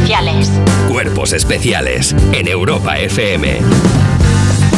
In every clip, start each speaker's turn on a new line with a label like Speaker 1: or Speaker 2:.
Speaker 1: especiales.
Speaker 2: Cuerpos especiales en Europa FM.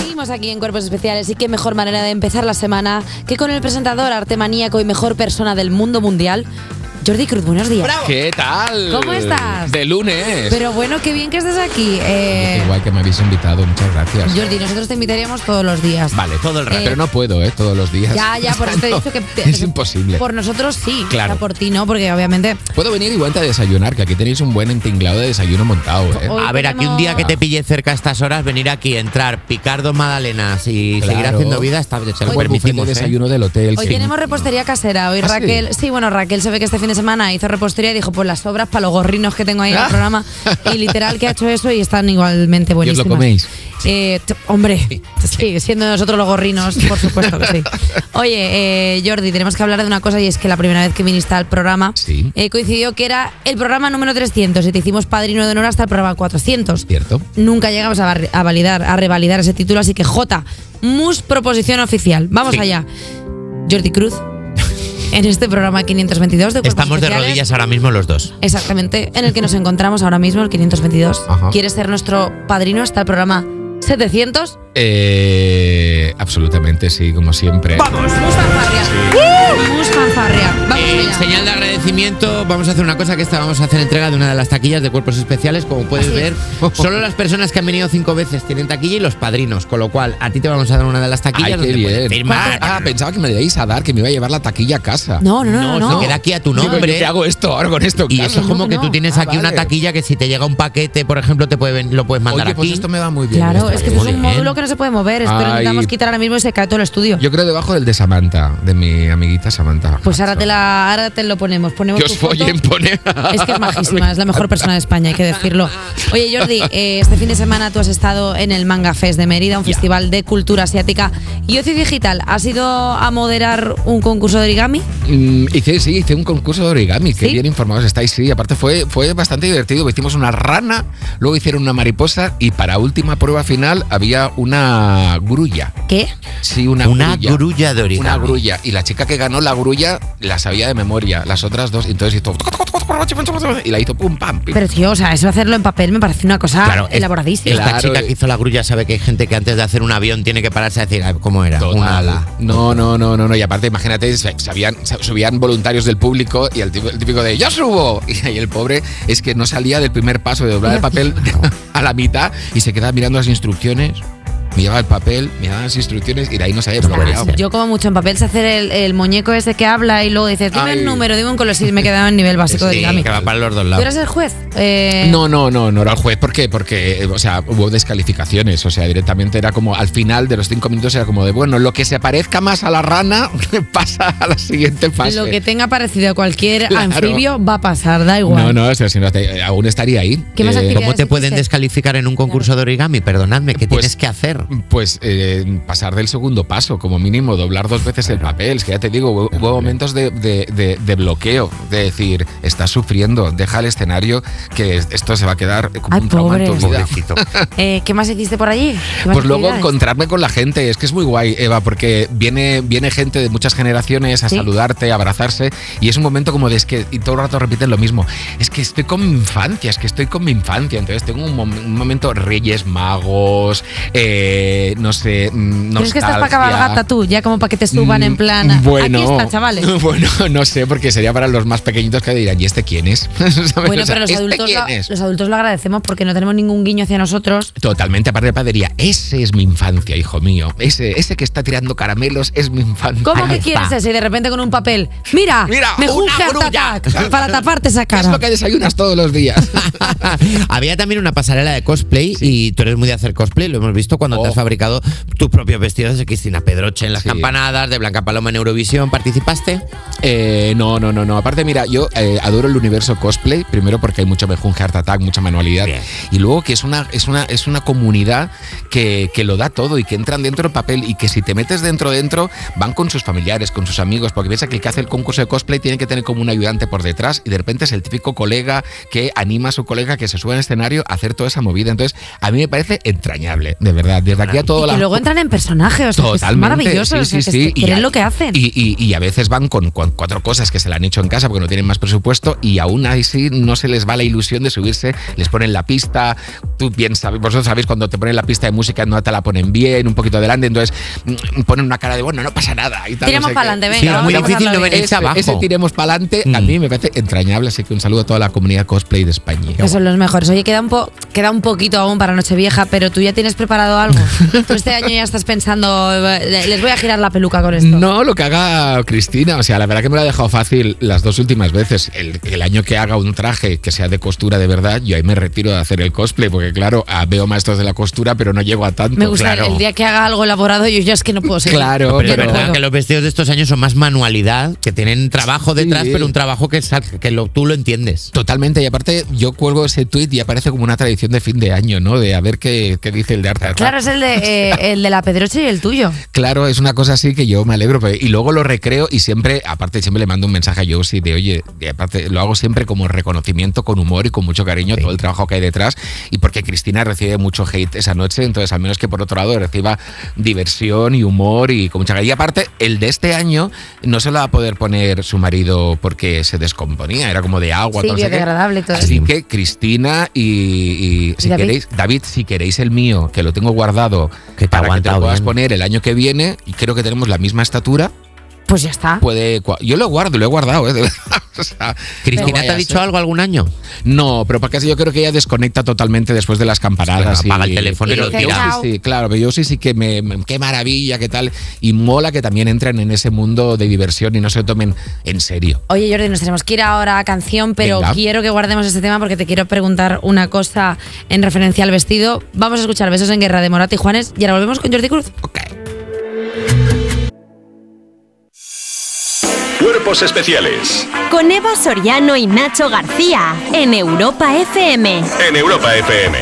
Speaker 3: Seguimos aquí en Cuerpos Especiales y qué mejor manera de empezar la semana que con el presentador artemaníaco y mejor persona del mundo mundial, Jordi Cruz. Buenos días.
Speaker 4: ¿Qué tal?
Speaker 3: ¿Cómo estás?
Speaker 4: De lunes.
Speaker 3: Pero bueno, qué bien que estés aquí. Eh,
Speaker 4: Igual que me habéis invitado, muchas gracias.
Speaker 3: Jordi, nosotros te invitaríamos todos los días.
Speaker 4: Vale, todo el rato.
Speaker 3: Eh,
Speaker 4: pero no puedo, ¿eh? Todos los días.
Speaker 3: Ya, ya, por eso te he
Speaker 4: No,
Speaker 3: dicho que... te-
Speaker 4: es imposible.
Speaker 3: Por nosotros sí,
Speaker 4: Claro.
Speaker 3: o sea, por ti no, porque obviamente...
Speaker 4: Puedo venir igual a desayunar, que aquí tenéis un buen entinglado de desayuno montado, ¿eh?
Speaker 3: Hoy
Speaker 5: A ver, aquí un día que
Speaker 3: tenemos-
Speaker 5: te pille cerca a estas horas, venir aquí, entrar, picar dos magdalenas y
Speaker 4: Claro.
Speaker 5: seguir haciendo vida, está, se lo
Speaker 4: Luego el buffet de
Speaker 5: permitimos. ¿eh?
Speaker 4: desayuno del hotel.
Speaker 3: Hoy
Speaker 4: sí.
Speaker 3: tenemos repostería casera. Hoy
Speaker 4: ¿Ah, sí?
Speaker 3: Raquel. Sí? bueno, Raquel se ve que este fin de semana hizo repostería y dijo: Pues las sobras para los gorrinos que tengo ahí en el programa. Y literal que ha hecho eso y están igualmente
Speaker 4: Ah. os
Speaker 3: buenísimas.
Speaker 4: lo coméis?
Speaker 3: Eh, t- hombre, sí, siendo nosotros los gorrinos, por supuesto que sí. Oye, eh, Jordi, tenemos que hablar de una cosa y es que la primera vez que viniste al programa
Speaker 4: Sí.
Speaker 3: eh, coincidió que era el programa número 300 y te hicimos padrino de honor hasta el programa 400
Speaker 4: ¿Cierto?
Speaker 3: nunca llegamos a, bar- a validar, a revalidar ese título, así que J, mus proposición oficial. Vamos
Speaker 4: Sí.
Speaker 3: allá. Jordi Cruz, en este programa 522 de Cuerpos
Speaker 5: Estamos de
Speaker 3: Especiales.
Speaker 5: rodillas ahora mismo los dos.
Speaker 3: Exactamente, en el que nos encontramos ahora mismo, el 522.
Speaker 4: Ajá.
Speaker 3: ¿Quieres ser nuestro padrino hasta el programa 700?
Speaker 4: Eh, absolutamente, sí, como siempre.
Speaker 5: ¡Vamos!
Speaker 3: Mus fanfarria. Mus fanfarria. Vamos
Speaker 5: Eh, en
Speaker 3: allá.
Speaker 5: señal de agradecimiento, vamos a hacer una cosa que esta vamos a hacer entrega de una de las taquillas de cuerpos especiales, como puedes
Speaker 3: Así
Speaker 5: ver. Solo las personas que han venido cinco veces tienen taquilla y los padrinos, con lo cual a ti te vamos a dar una de las taquillas
Speaker 4: Ay, qué
Speaker 5: donde puedes
Speaker 4: bien.
Speaker 5: firmar.
Speaker 4: Ah, pensaba que me dais a dar, que me iba a llevar la taquilla a casa.
Speaker 3: No, no, no,
Speaker 5: No,
Speaker 3: no.
Speaker 5: se queda aquí a tu
Speaker 4: Digo,
Speaker 5: nombre.
Speaker 4: ¿Qué hago esto ahora con esto? en
Speaker 5: Y
Speaker 4: casa?
Speaker 5: eso es
Speaker 3: no,
Speaker 5: como que
Speaker 3: no.
Speaker 5: tú tienes
Speaker 4: Ah,
Speaker 5: aquí una
Speaker 4: vale.
Speaker 5: taquilla que si te llega un paquete, por ejemplo, te pueden, lo puedes mandar
Speaker 4: Oye, pues
Speaker 5: aquí.
Speaker 4: esto me va muy bien.
Speaker 3: Claro,
Speaker 4: Está
Speaker 3: es que
Speaker 4: bien.
Speaker 3: esto es un
Speaker 5: Muy bien.
Speaker 3: módulo que no se puede mover. Esto lo
Speaker 4: Ay.
Speaker 3: intentamos quitar ahora mismo y se cae todo el estudio.
Speaker 4: Yo creo debajo del de Samantha, de mi amiguita Samantha.
Speaker 3: Pues ahora te, la, ahora te lo ponemos. ponemos
Speaker 4: Que
Speaker 3: tu
Speaker 4: os
Speaker 3: foto.
Speaker 4: follen, pone.
Speaker 3: Es que es majísima, es la mejor persona de España, hay que decirlo. Oye, Jordi, eh, este fin de semana tú has estado en el Manga Fest de Mérida, un festival de cultura asiática y ocio digital. ¿Has ido a moderar un concurso de origami?
Speaker 4: Mm, hice, sí, hice un concurso de origami, que
Speaker 3: ¿Sí?
Speaker 4: bien informados estáis, sí. Aparte fue, fue bastante divertido, porque hicimos una rana, luego hicieron una mariposa y para última prueba final había una grulla.
Speaker 3: ¿Qué?
Speaker 4: Sí, una,
Speaker 5: Una grulla de origami.
Speaker 4: Una grulla. Y la chica que ganó la grulla la sabía de memoria, las otras dos. Entonces hizo... Y la hizo pum, pam, pim.
Speaker 3: Pero tío, o sea, eso hacerlo en papel me parece una cosa
Speaker 5: Claro, es-
Speaker 3: Ah, elaboradísima.
Speaker 5: Esta
Speaker 4: Claro,
Speaker 5: chica
Speaker 4: eh.
Speaker 5: que hizo la grulla sabe que hay gente que antes de hacer un avión tiene que pararse a decir, "Ah, ¿cómo era? Una
Speaker 4: Total.
Speaker 5: ala.
Speaker 4: No, no, no, no, no. Y aparte, imagínate, se- sabían- se- subían voluntarios del público y el típico, el típico de ¡Yo subo! Y ahí el pobre es que no salía del primer paso de doblar el papel a la mitad y se quedaba mirando las instrucciones. Miraba el papel, miraba las instrucciones y de ahí no sabía bloqueado.
Speaker 3: Yo como mucho en papel sé hacer el, el muñeco ese que habla y luego dices, dime
Speaker 4: Ay.
Speaker 3: el número, dime un color, sí, me quedaba en nivel básico de
Speaker 5: Sí,
Speaker 3: origami.
Speaker 5: que va para los dos
Speaker 3: ¿Tú
Speaker 5: lados.
Speaker 3: eras el juez? Eh,
Speaker 4: No, no, no, no era el juez porque, porque eh, o sea, hubo descalificaciones. O sea, directamente era como al final de los cinco minutos era como de bueno, lo que se parezca más a la rana pasa a la siguiente fase.
Speaker 3: Lo que tenga parecido a cualquier
Speaker 4: Claro.
Speaker 3: anfibio va a pasar, da igual.
Speaker 4: no, no, o sea, si no, te- eh, aún estaría ahí. Eh,
Speaker 3: ¿Qué más actividades
Speaker 5: ¿Cómo te pueden
Speaker 3: hiciste?
Speaker 5: descalificar en un concurso de origami? Perdonadme, ¿qué
Speaker 4: Pues-
Speaker 5: tienes que hacer?
Speaker 4: Pues eh, pasar del segundo paso, como mínimo, doblar dos veces el papel. Es que ya te digo, hubo, hubo momentos de, de- de- de bloqueo, de decir, estás sufriendo, deja el escenario, que esto se va a quedar como
Speaker 3: Ay,
Speaker 4: un trauma en tu
Speaker 3: pobre.
Speaker 4: vida.
Speaker 5: Pobrecito.
Speaker 3: Eh, ¿Qué más hiciste por allí? ¿Qué ¿eh? más
Speaker 4: Pues luego
Speaker 3: actividades?
Speaker 4: encontrarme con la gente, es que es muy guay, Eva, porque viene, viene gente de muchas generaciones a
Speaker 3: Sí.
Speaker 4: saludarte, a abrazarse, y es un momento como de es que, y todo el rato repiten lo mismo, es que estoy con mi infancia, es que estoy con mi infancia, entonces tengo un, mom- un momento Reyes Magos, eh, no sé, mm,
Speaker 3: Pero es que estás para
Speaker 4: nostalgia.
Speaker 3: cabalgata tú, ya como para que te suban en plan. a-
Speaker 4: Mm, Bueno,
Speaker 3: Aquí está, chavales.
Speaker 4: Bueno, no sé, porque sería para los más pequeñitos que dirán, ¿y este quién es? ¿Sabes?
Speaker 3: Bueno,
Speaker 4: O sea,
Speaker 3: pero los
Speaker 4: ¿este
Speaker 3: adultos,
Speaker 4: quién
Speaker 3: lo,
Speaker 4: es?
Speaker 3: los adultos lo agradecemos porque no tenemos ningún guiño hacia nosotros.
Speaker 4: Totalmente, aparte de padería. Ese es mi infancia, hijo mío. Ese, ese que está tirando caramelos es mi infancia.
Speaker 3: ¿Cómo que
Speaker 4: Ahí
Speaker 3: quieres
Speaker 4: está.
Speaker 3: eso? Y de repente con un papel. Mira,
Speaker 4: Mira,
Speaker 3: me
Speaker 4: una
Speaker 3: juzga Art
Speaker 4: grulla.
Speaker 3: Attack para taparte esa
Speaker 4: ¿Qué es
Speaker 3: cara.
Speaker 4: lo que desayunas todos los días?
Speaker 5: Había también una pasarela de cosplay y tú eres muy de hacer cosplay, lo hemos visto cuando te
Speaker 4: Oh.
Speaker 5: has fabricado tus propios vestidos de Cristina Pedroche en las
Speaker 4: Sí.
Speaker 5: campanadas, de Blanca Paloma en Eurovisión. ¿Participaste?
Speaker 4: Eh, no, no, no, no. Aparte, mira, yo eh, adoro el universo cosplay, primero porque hay mucho mejunje, Heart Attack, mucha manualidad.
Speaker 5: Bien.
Speaker 4: Y luego que es una, es una, es una comunidad que, que lo da todo y que entran dentro del papel y que si te metes dentro dentro, van con sus familiares, con sus amigos, porque piensa que el que hace el concurso de cosplay tiene que tener como un ayudante por detrás y de repente es el típico colega que anima a su colega que se sube al escenario a hacer toda esa movida. Entonces, a mí me parece entrañable, de verdad. desde aquí a todo
Speaker 3: Y que luego entran en personaje, o sea, que pues es maravilloso. o sea,
Speaker 4: sí, sí,
Speaker 3: que
Speaker 4: sí.
Speaker 3: es- que creen
Speaker 4: a-
Speaker 3: lo que hacen.
Speaker 4: Y, y- y a veces van con, con cuatro cosas que se le han hecho en casa porque no tienen más presupuesto y aún así no se les va la ilusión de subirse. Les ponen la pista. Tú bien sabes, vosotros sabéis cuando te ponen la pista de música no te la ponen bien, un poquito adelante, entonces mm, ponen una cara de bueno, no pasa nada. Y tal,
Speaker 3: Tiremos
Speaker 4: no sé
Speaker 3: pa'lante,
Speaker 4: qué.
Speaker 3: venga, Sí, vamos
Speaker 5: muy a difícil pasarlo no bien. venirse
Speaker 4: Ese-
Speaker 5: abajo.
Speaker 4: Ese tiremos para adelante a
Speaker 5: Mm.
Speaker 4: mí me parece entrañable, así que un saludo a toda la comunidad cosplay de España.
Speaker 3: Que son los mejores. Oye, queda un, po- queda un poquito aún para Nochevieja, pero tú ya tienes preparado algo. tú este año ya estás pensando, eh, le- les voy a girar la peluca con esto.
Speaker 4: No, lo que haga Cristina. O sea, la verdad que me lo ha dejado fácil las dos últimas veces. El, el año que haga un traje que sea de costura de verdad, yo ahí me retiro de hacer el cosplay, porque claro, ah, veo maestros de la costura, pero no llego a tanto.
Speaker 3: Me gusta el-
Speaker 4: Pues claro.
Speaker 3: el día que haga algo elaborado, yo ya es que no puedo seguir.
Speaker 4: Claro,
Speaker 5: Pero
Speaker 3: Ya no
Speaker 5: es
Speaker 4: pero-
Speaker 5: verdad
Speaker 3: puedo.
Speaker 5: que los vestidos de estos años son más manualidad, que tienen trabajo detrás,
Speaker 4: Sí.
Speaker 5: pero un trabajo que, sa- que lo, tú lo entiendes.
Speaker 4: Totalmente, y aparte yo cuelgo ese tuit y aparece como una tradición de fin de año, ¿no? De a ver qué, qué dice el de arte.
Speaker 3: Claro, es el de, eh, el de la Pedroche y el tuyo.
Speaker 4: Claro, es una cosa así que yo me alegro. pero- y luego lo recreo y siempre, aparte, siempre le mando un mensaje a Josie de, oye, y aparte, lo hago siempre como reconocimiento, con humor y con mucho cariño, todo el trabajo que hay detrás. Y porque Cristina recibe mucho hate esa noche, entonces al menos que por otro lado reciba diversión y humor y con mucha cariño. Y aparte, el de este año no se lo va a poder poner su marido porque se descomponía, era como de agua.
Speaker 3: Sí,
Speaker 4: tal, no sé qué.
Speaker 3: biodegradable y todo
Speaker 4: Así
Speaker 5: eso.
Speaker 4: que Cristina y, y si
Speaker 3: David.
Speaker 4: queréis, David, si queréis el mío, que lo tengo guardado
Speaker 5: Que te ha
Speaker 4: para que te lo
Speaker 5: aguantado
Speaker 4: puedas
Speaker 5: bien.
Speaker 4: poner el año que viene, y creo que tenemos la misma estatura,
Speaker 3: Pues ya está.
Speaker 4: puede... cua- Yo lo guardo, lo he guardado, ¿eh? de verdad. O sea, no
Speaker 5: ¿Cristina te
Speaker 4: vaya
Speaker 5: ha
Speaker 4: a
Speaker 5: dicho
Speaker 4: ser.
Speaker 5: algo algún año?
Speaker 4: No, pero para casi yo creo que ella desconecta totalmente después de las campanadas.
Speaker 5: Bueno, apaga el teléfono y
Speaker 4: pero
Speaker 5: lo
Speaker 4: yo
Speaker 3: tira.
Speaker 4: sí, sí, claro, pero yo sí, sí que me, me- Qué maravilla, qué tal. Y mola que también entren en ese mundo de diversión y no se lo tomen en serio.
Speaker 3: Oye, Jordi, nos tenemos que ir ahora a canción, pero
Speaker 4: Venga.
Speaker 3: quiero que guardemos este tema porque te quiero preguntar una cosa en referencia al vestido. Vamos a escuchar Besos en Guerra de Morata y Juanes y ahora volvemos con Jordi Cruz.
Speaker 4: Ok.
Speaker 1: Cuerpos especiales
Speaker 6: Con Eva Soriano y Nacho García en Europa FM.
Speaker 1: en Europa FM.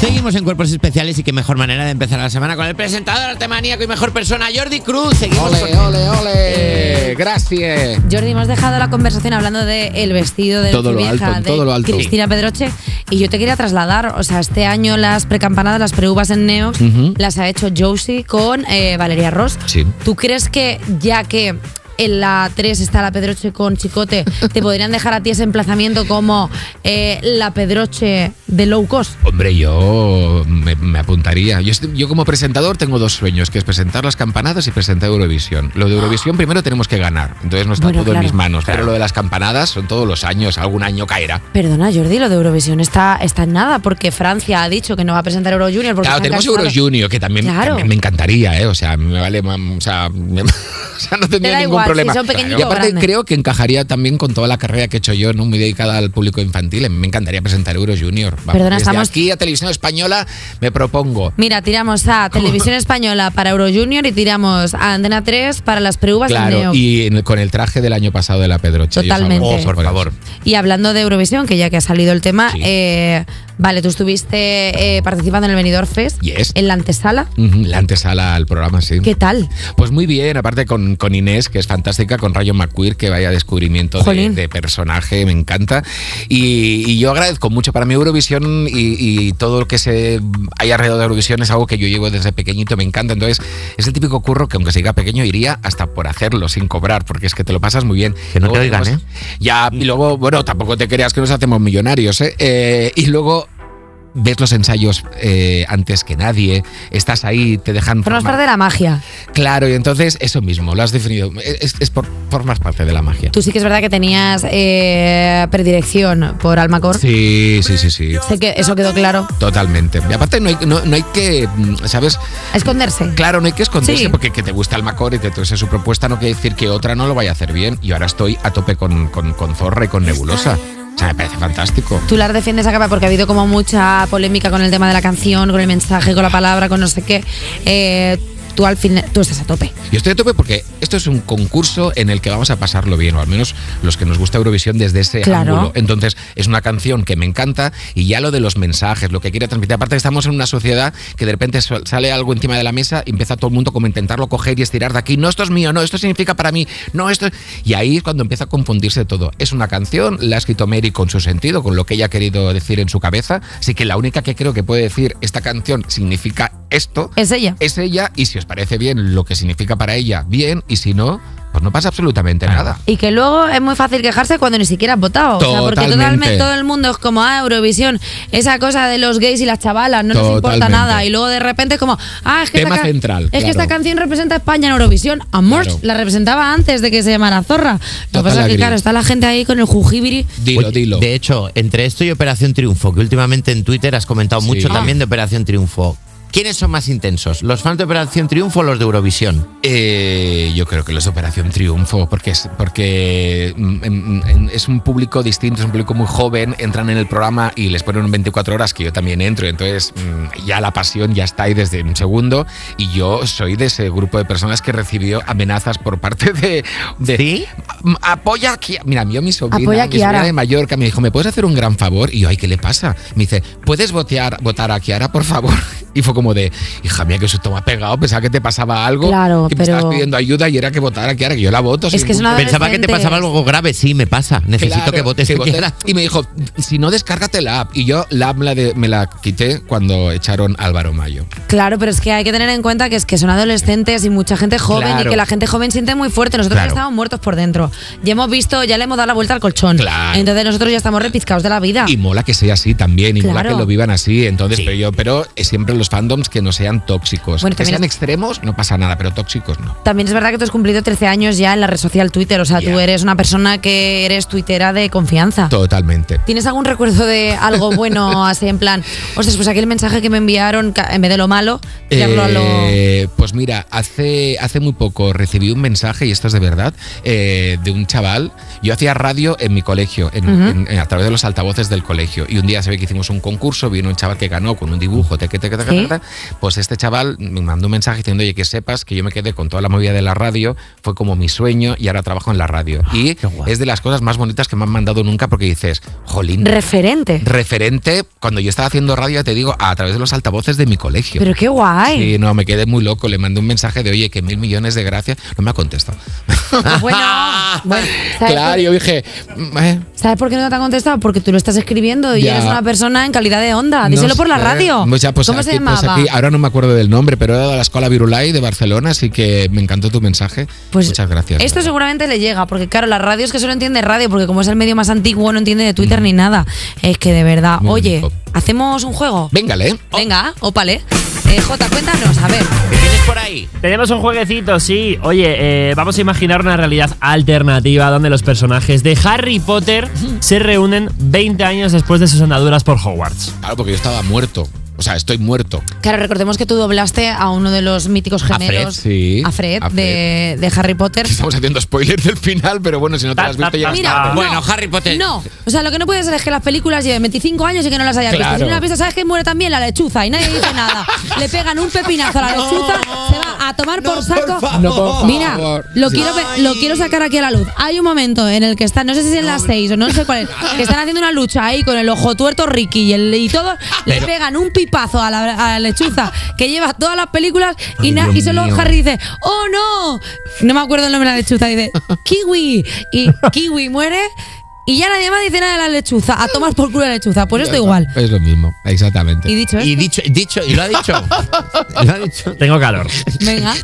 Speaker 5: Seguimos en Cuerpos Especiales y qué mejor manera de empezar la semana con el presentador artemaníaco y mejor persona, Jordi Cruz. Seguimos
Speaker 4: Ole,
Speaker 5: con-
Speaker 4: ole, ole. Eh, Gracias.
Speaker 3: Jordi, hemos dejado la conversación hablando del el vestido de
Speaker 4: Todo lo
Speaker 3: Nochevieja
Speaker 4: alto,
Speaker 3: de
Speaker 4: todo lo alto.
Speaker 3: Cristina Pedroche. Y yo te quería trasladar, o sea, este año las precampanadas, las preuvas en Neox, las ha hecho Josie con eh, Valeria Ross.
Speaker 4: Sí.
Speaker 3: ¿Tú crees que ya que en la 3 está la Pedroche con Chicote, te podrían dejar a ti ese emplazamiento como eh, la Pedroche de low cost?
Speaker 4: Hombre, yo me, me apuntaría. Yo, estoy- yo como presentador tengo dos sueños, que es presentar las campanadas y presentar Eurovisión. Lo de Eurovisión primero tenemos que ganar, entonces no está
Speaker 3: Bueno,
Speaker 4: todo
Speaker 3: claro.
Speaker 4: en mis manos. Pero lo de las campanadas son todos los años, algún año caerá.
Speaker 3: Perdona, Jordi, lo de Eurovisión está, está en nada, porque Francia ha dicho que no va a presentar Euro Junior. Porque se
Speaker 4: Claro,
Speaker 3: han
Speaker 4: tenemos
Speaker 3: cansado.
Speaker 4: Euro Junior, que también,
Speaker 3: Claro.
Speaker 4: también me encantaría, ¿eh? O sea, me vale, mam, o sea, me- o sea, no
Speaker 3: da
Speaker 4: tendría ningún
Speaker 3: igual,
Speaker 4: problema.
Speaker 3: si son pequeñitos
Speaker 4: Y aparte
Speaker 3: o grandes.
Speaker 4: creo que encajaría también con toda la carrera que he hecho yo, ¿no? Muy dedicada al público infantil. Me encantaría presentar Euro Junior. Vamos,
Speaker 3: Perdona,
Speaker 4: desde
Speaker 3: estamos-
Speaker 4: aquí a Televisión Española me propongo.
Speaker 3: Mira, tiramos a Televisión Española para Euro Junior y tiramos a Antena 3 para las preuvas en
Speaker 4: Claro,
Speaker 3: Neox.
Speaker 4: y en el- con el traje del año pasado de la Pedroche. yo
Speaker 3: Totalmente.
Speaker 4: salgo-
Speaker 3: Oh,
Speaker 5: por favor.
Speaker 3: Y hablando de Eurovisión, que ya que ha salido el tema,
Speaker 4: Sí.
Speaker 3: eh, vale, tú estuviste eh, participando en el Benidorm Fest,
Speaker 4: Yes.
Speaker 3: en la antesala.
Speaker 4: Ujú, La antesala al programa, sí.
Speaker 3: ¿Qué tal?
Speaker 4: Pues muy bien, aparte con, con Inés, que es fantástica, con Rayo McQueer, que vaya descubrimiento de,
Speaker 3: Jolín.
Speaker 4: de personaje, me encanta. Y, y yo agradezco mucho para mí Eurovisión y, y todo lo que se hay alrededor de Eurovisión es algo que yo llevo desde pequeñito, me encanta. Entonces, es el típico curro que aunque siga pequeño iría hasta por hacerlo, sin cobrar, porque es que te lo pasas muy bien.
Speaker 5: Que no te
Speaker 4: Luego
Speaker 5: oigan, ¿eh?
Speaker 4: tenemos- Ya, y luego, bueno, tampoco te creas que nos hacemos millonarios, ¿eh? Eh, y luego ves los ensayos eh, antes que nadie, estás ahí, te dejan...
Speaker 3: Formas
Speaker 4: formar-
Speaker 3: parte de la magia.
Speaker 4: Claro, y entonces eso mismo, lo has definido. Es, es por, formas parte de la magia.
Speaker 3: Tú sí que es verdad que tenías eh, predilección por Almacor.
Speaker 4: Sí, sí, sí, sí.
Speaker 3: Sé que eso quedó claro.
Speaker 4: Totalmente. Y aparte no hay, no, no hay que, mm, ¿sabes?
Speaker 3: A esconderse.
Speaker 4: Claro, no hay que esconderse
Speaker 3: Sí.
Speaker 4: porque que te gusta el Macor y que te use su propuesta no quiere decir que otra no lo vaya a hacer bien. Y ahora estoy a tope con, con, con Zorra y con Nebulosa. O sea, me parece fantástico.
Speaker 3: Tú las defiendes a capa porque ha habido como mucha polémica con el tema de la canción, con el mensaje, con la palabra, con no sé qué. Eh, tú al final tú estás a tope.
Speaker 4: Yo estoy a tope porque esto es un concurso en el que vamos a pasarlo bien, o al menos los que nos gusta Eurovisión desde ese
Speaker 3: Claro.
Speaker 4: ángulo. Entonces, es una canción que me encanta y ya lo de los mensajes, lo que quiere transmitir. Aparte, estamos en una sociedad que de repente so- sale algo encima de la mesa y empieza todo el mundo como a intentarlo coger y estirar de aquí. No, esto es mío, no, esto significa para mí, no, esto. Y ahí es cuando empieza a confundirse todo. Es una canción, la ha escrito Mary con su sentido, con lo que ella ha querido decir en su cabeza. Así que la única que creo que puede decir esta canción significa esto
Speaker 3: Es ella.
Speaker 4: es ella y si os parece bien lo que significa para ella, bien, y si no, pues no pasa absolutamente nada.
Speaker 3: Y que luego es muy fácil quejarse cuando ni siquiera has votado. O sea, porque
Speaker 4: Totalmente.
Speaker 3: totalmente todo el mundo es como, ah, Eurovisión, esa cosa de los gays y las chavalas, no nos importa
Speaker 4: Totalmente.
Speaker 3: nada. Y luego de repente es como, ah, es que,
Speaker 4: Tema
Speaker 3: esta, ca-
Speaker 4: central,
Speaker 3: es que
Speaker 4: claro.
Speaker 3: esta canción representa a España en Eurovisión. Amor,
Speaker 4: Claro.
Speaker 3: la representaba antes de que se llamara Zorra. Lo
Speaker 4: Total
Speaker 3: que pasa es que,
Speaker 4: agree.
Speaker 3: claro, está la gente ahí con el jujibiri.
Speaker 4: Dilo,
Speaker 5: Oye,
Speaker 4: dilo.
Speaker 5: De hecho, entre esto y Operación Triunfo, que últimamente en Twitter has comentado
Speaker 4: Sí.
Speaker 5: mucho
Speaker 4: Ah.
Speaker 5: también de Operación Triunfo. ¿Quiénes son más intensos? ¿Los fans de Operación Triunfo o los de Eurovisión?
Speaker 4: Eh, yo creo que los de Operación Triunfo, porque es, porque mm, mm, mm, es un público distinto, es un público muy joven, entran en el programa y les ponen un 24 horas que yo también entro, entonces mm, ya la pasión ya está ahí desde un segundo y yo soy de ese grupo de personas que recibió amenazas por parte de... de-
Speaker 5: ¿Sí?
Speaker 4: Mm, Apoya a Kiara. Mira, yo mi sobrina,
Speaker 3: Apoya a
Speaker 4: mi
Speaker 3: Kiara.
Speaker 4: sobrina de Mallorca me dijo, ¿me puedes hacer un gran favor? Y yo, ay, ¿qué le pasa? Me dice, ¿puedes votear, votar a Kiara, por favor? Y fue como de, hija mía, que eso toma pegado, pensaba que te pasaba algo.
Speaker 3: Claro,
Speaker 4: que
Speaker 3: pero-
Speaker 4: me estabas pidiendo ayuda y era que votara a Kiara, que yo la voto.
Speaker 3: Es
Speaker 4: sin
Speaker 3: que es
Speaker 4: ningún-
Speaker 3: una-
Speaker 5: Pensaba que te
Speaker 3: adolescentes.
Speaker 5: pasaba algo grave. Sí, me pasa. Necesito
Speaker 4: Claro,
Speaker 5: que votes.
Speaker 4: vote-
Speaker 5: Kiara.
Speaker 4: Y me dijo, si no, descárgate la app. Y yo la app la de- me la quité cuando echaron a Álvaro Mayo.
Speaker 3: Claro, pero es que hay que tener en cuenta que es que son adolescentes y mucha gente joven y
Speaker 4: Claro.
Speaker 3: que la gente joven siente muy fuerte. Nosotros
Speaker 4: Claro.
Speaker 3: ya estamos muertos por dentro. Ya hemos visto, ya le hemos dado la vuelta al colchón.
Speaker 4: Claro.
Speaker 3: Entonces nosotros ya estamos repizcados de la vida.
Speaker 4: Y mola que sea así también, y mola
Speaker 3: Claro.
Speaker 4: que lo vivan así. Entonces,
Speaker 5: Sí.
Speaker 4: pero yo, pero eh, siempre los fandoms que no sean tóxicos.
Speaker 3: Bueno,
Speaker 4: que
Speaker 3: también
Speaker 4: sean
Speaker 3: es-
Speaker 4: extremos, no pasa nada, pero tóxicos no.
Speaker 3: También es verdad que tú has cumplido 13 años ya en la red social Twitter. O sea, tú
Speaker 4: Ya.
Speaker 3: eres una persona que eres tuitera de confianza.
Speaker 4: Totalmente.
Speaker 3: ¿Tienes algún recuerdo de algo bueno así en plan? Ostras, pues aquel mensaje que me enviaron ca- en vez de lo malo, tirarlo a lo.
Speaker 4: Eh, Pues mira, hace, hace muy poco recibí un mensaje, y esto es de verdad, eh, de un chaval. Yo hacía radio en mi colegio, en- en- en- a través de los altavoces del colegio. Y un día se ve que hicimos un concurso, vino un chaval que ganó con un dibujo, teque, teque, teque,
Speaker 3: Sí.
Speaker 4: teque, teque. Pues este chaval me mandó un mensaje diciendo, oye, que sepas que yo me quedé con toda la movida de la radio, fue como mi sueño y ahora trabajo en la radio.
Speaker 3: Ah,
Speaker 4: Y
Speaker 5: qué guay.
Speaker 4: es de las cosas más bonitas que me han mandado nunca porque dices, jolín.
Speaker 3: Referente.
Speaker 4: referente, cuando yo estaba haciendo radio, ya te digo, a través de los altavoces de mi colegio.
Speaker 3: Pero qué guay.
Speaker 4: Sí, no, me quedé muy loco. Le mandé un mensaje de, oye, que mil millones de gracias. No me ha contestado.
Speaker 3: Bueno, Ah, bueno, ¿sabes
Speaker 4: claro,
Speaker 3: qué?
Speaker 4: yo dije, mm, eh,
Speaker 3: ¿Sabes por qué no te han contestado? Porque tú lo estás escribiendo y
Speaker 4: Ya.
Speaker 3: eres una persona en calidad de onda.
Speaker 4: no
Speaker 3: Ah, Díselo por la
Speaker 4: sé.
Speaker 3: radio.
Speaker 4: Pues ya, pues
Speaker 3: ¿Cómo se
Speaker 4: aquí- pues
Speaker 3: llamaba?
Speaker 4: aquí- ahora no me acuerdo del nombre, pero era de la Escuela Virulai de Barcelona, así que me encantó tu mensaje.
Speaker 3: Pues
Speaker 4: Muchas gracias.
Speaker 3: Esto
Speaker 4: Nora.
Speaker 3: seguramente le llega, porque claro, las radios que solo entiende radio, porque como es el medio más antiguo, no entiende de Twitter ni nada. Es que de verdad,
Speaker 4: Muy
Speaker 3: oye,
Speaker 4: bonito.
Speaker 3: ¿hacemos un juego?
Speaker 4: Véngale.
Speaker 3: Venga, ópale. Eh, Jota, cuéntanos, a ver.
Speaker 5: ¿Qué tienes por ahí?
Speaker 7: Tenemos un jueguecito, sí. Oye, eh, vamos a imaginar una realidad alternativa donde los personajes de Harry Potter se reúnen 20 años después de sus andaduras por Hogwarts.
Speaker 4: Claro, porque yo estaba muerto. O sea, estoy muerto.
Speaker 3: Claro, recordemos que tú doblaste a uno de los míticos
Speaker 4: Fred,
Speaker 3: gemelos.
Speaker 4: sí.
Speaker 3: a Fred,
Speaker 4: A
Speaker 3: De, de Harry Potter.
Speaker 4: Estamos haciendo spoilers del final, pero bueno, si no te
Speaker 7: Ta,
Speaker 4: lo has visto
Speaker 7: ta,
Speaker 4: ya.
Speaker 7: ta,
Speaker 4: es
Speaker 7: ta.
Speaker 4: tarde.
Speaker 3: Mira,
Speaker 5: Bueno,
Speaker 3: no,
Speaker 5: Harry Potter.
Speaker 3: No, o sea, lo que no puede ser es que las películas lleven 25 años y que no las hayas
Speaker 4: Claro.
Speaker 3: visto. Si no las has visto, sabes que muere también la lechuza y nadie dice nada. Le pegan un pepinazo a la lechuza, se va a tomar por saco.
Speaker 4: No, por favor.
Speaker 3: Mira, lo
Speaker 4: Sí.
Speaker 3: quiero, ve- lo quiero sacar aquí a la luz. Hay un momento en el que están, no sé si es en las seis o no sé cuál es, que están haciendo una lucha ahí con el ojo tuerto Ricky y, el, y todos le
Speaker 5: Pero-
Speaker 3: pegan un pipazo a la, a la lechuza que lleva todas las películas y,
Speaker 4: Ay,
Speaker 3: na-
Speaker 4: Dios
Speaker 3: y solo
Speaker 4: mío.
Speaker 3: Harry dice, ¡Oh no! No me acuerdo el nombre de la lechuza, dice, ¡Kiwi! Y Kiwi muere. Y ya nadie más dice nada de la lechuza, a tomar por culo la lechuza, pues esto igual.
Speaker 4: Es lo mismo, exactamente.
Speaker 3: Y dicho
Speaker 5: Y
Speaker 3: esto,
Speaker 5: dicho, dicho, y lo ha dicho. lo ha dicho.
Speaker 7: Tengo calor.
Speaker 3: venga,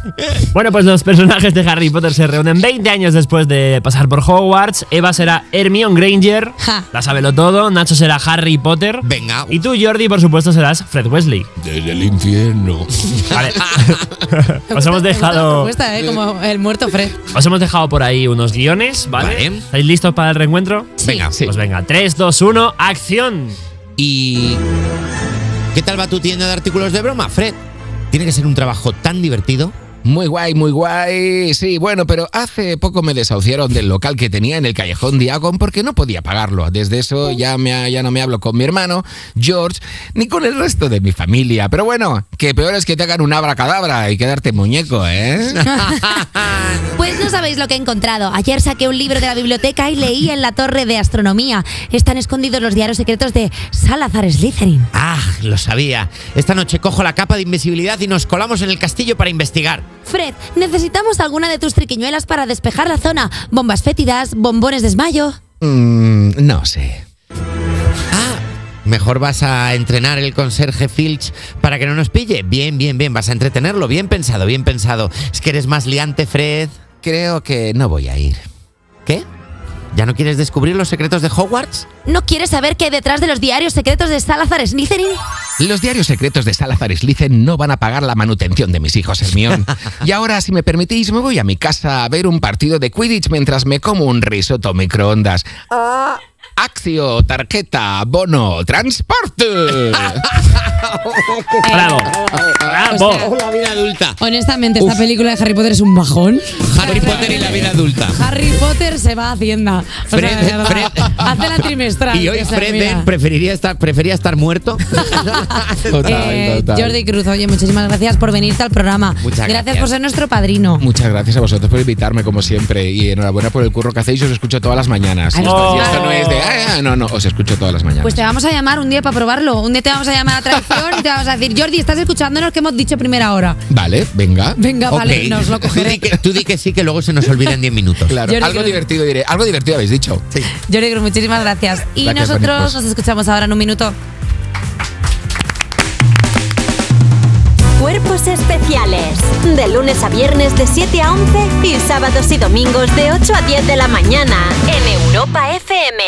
Speaker 7: Bueno, pues los personajes de Harry Potter se reúnen 20 años después de pasar por Hogwarts. Eva será Hermione Granger,
Speaker 3: Ja.
Speaker 7: la sábelo todo. Nacho será Harry Potter.
Speaker 5: Venga.
Speaker 7: Y tú, Jordi, por supuesto, serás Fred Wesley.
Speaker 4: Desde el infierno.
Speaker 7: Vale. Os hemos
Speaker 3: Me gusta la
Speaker 7: dejado.
Speaker 3: propuesta, ¿eh? Como el muerto Fred.
Speaker 7: Os hemos dejado por ahí unos guiones, ¿vale?
Speaker 5: Vale.
Speaker 7: ¿Estáis listos para el reencuentro?
Speaker 5: Venga.
Speaker 4: Sí.
Speaker 7: Pues venga, 3, 2, 1, acción.
Speaker 5: ¿Y qué tal va tu tienda de artículos de broma, Fred? Tiene que ser un trabajo tan divertido,
Speaker 4: Muy guay, muy guay. Sí, bueno, pero hace poco me desahuciaron del local que tenía en el callejón Diagon porque no podía pagarlo. Desde eso ya, me, ha- ya no me hablo con mi hermano, George, ni con el resto de mi familia. Pero bueno, que peor es que te hagan un abracadabra y quedarte muñeco, ¿eh?
Speaker 8: Pues no sabéis lo que he encontrado. Ayer saqué un libro de la biblioteca y leí en la torre de astronomía. Están escondidos los diarios secretos de Salazar Slytherin.
Speaker 5: Ah, lo sabía. Esta noche cojo la capa de invisibilidad y nos colamos en el castillo para investigar.
Speaker 8: Fred, necesitamos alguna de tus triquiñuelas para despejar la zona. Bombas fétidas, bombones de esmayo.
Speaker 4: Mm, no sé.
Speaker 5: Ah, mejor vas a entrenar el conserje Filch para que no nos pille. Bien, bien, bien. Vas a entretenerlo. Bien pensado, bien pensado. Es que eres más liante, Fred.
Speaker 4: Creo que no voy a ir.
Speaker 5: ¿Qué? ¿Ya no quieres descubrir los secretos de Hogwarts?
Speaker 8: ¿No quieres saber qué hay detrás de los diarios secretos de Salazar Slytherin?
Speaker 4: Los diarios secretos de Salazar Slytherin no van a pagar la manutención de mis hijos, Hermión. Y ahora, si me permitís, me voy a mi casa a ver un partido de Quidditch mientras me como un risotto microondas.
Speaker 3: Ah.
Speaker 4: Accio, tarjeta, bono, transporte.
Speaker 7: ¡Bravo! ¡Bravo!
Speaker 5: la vida adulta.
Speaker 3: Honestamente, esta película de Harry Potter es un bajón.
Speaker 5: Harry Potter y la vida adulta.
Speaker 3: Harry Potter se va a Hacienda. O sea,
Speaker 5: Fred-
Speaker 3: de verdad,
Speaker 5: Fred-
Speaker 3: hace la trimestral.
Speaker 5: Y hoy
Speaker 3: o sea,
Speaker 5: Fred
Speaker 3: mira.
Speaker 5: Ben preferiría estar, prefería estar muerto.
Speaker 3: Eh, Jordi Cruz, oye, muchísimas gracias por venirte al programa.
Speaker 5: Muchas gracias.
Speaker 3: por ser nuestro padrino.
Speaker 4: Muchas gracias a vosotros por invitarme, como siempre. Y enhorabuena por el curro que hacéis. Os escucho todas las mañanas.
Speaker 3: Ay,
Speaker 7: no.
Speaker 4: Y esto no es de. "Ah, ah", no, no, os escucho todas las mañanas.
Speaker 3: Pues te vamos a llamar un día para probarlo. Un día te vamos a llamar a traición y te vamos a decir, Jordi, estás escuchándonos que hemos dicho primera hora.
Speaker 4: Vale, venga.
Speaker 3: Venga, vale,
Speaker 5: Ok.
Speaker 3: nos lo
Speaker 5: Tú di,
Speaker 3: cogeré.
Speaker 5: que, tú di que sí, que luego se nos olvida en 10 minutos.
Speaker 4: Claro,
Speaker 3: Jordi
Speaker 4: algo
Speaker 3: Cruz.
Speaker 4: divertido diré. Algo divertido habéis dicho.
Speaker 3: Jordi Cruz, muchísimas gracias. Y
Speaker 4: Gracias,
Speaker 3: nosotros
Speaker 4: Bonnie, pues.
Speaker 3: nos escuchamos ahora en un minuto.
Speaker 6: Cuerpos especiales. De lunes a viernes de 7 a 11 y sábados y domingos de 8 a 10 de la mañana en Europa FM.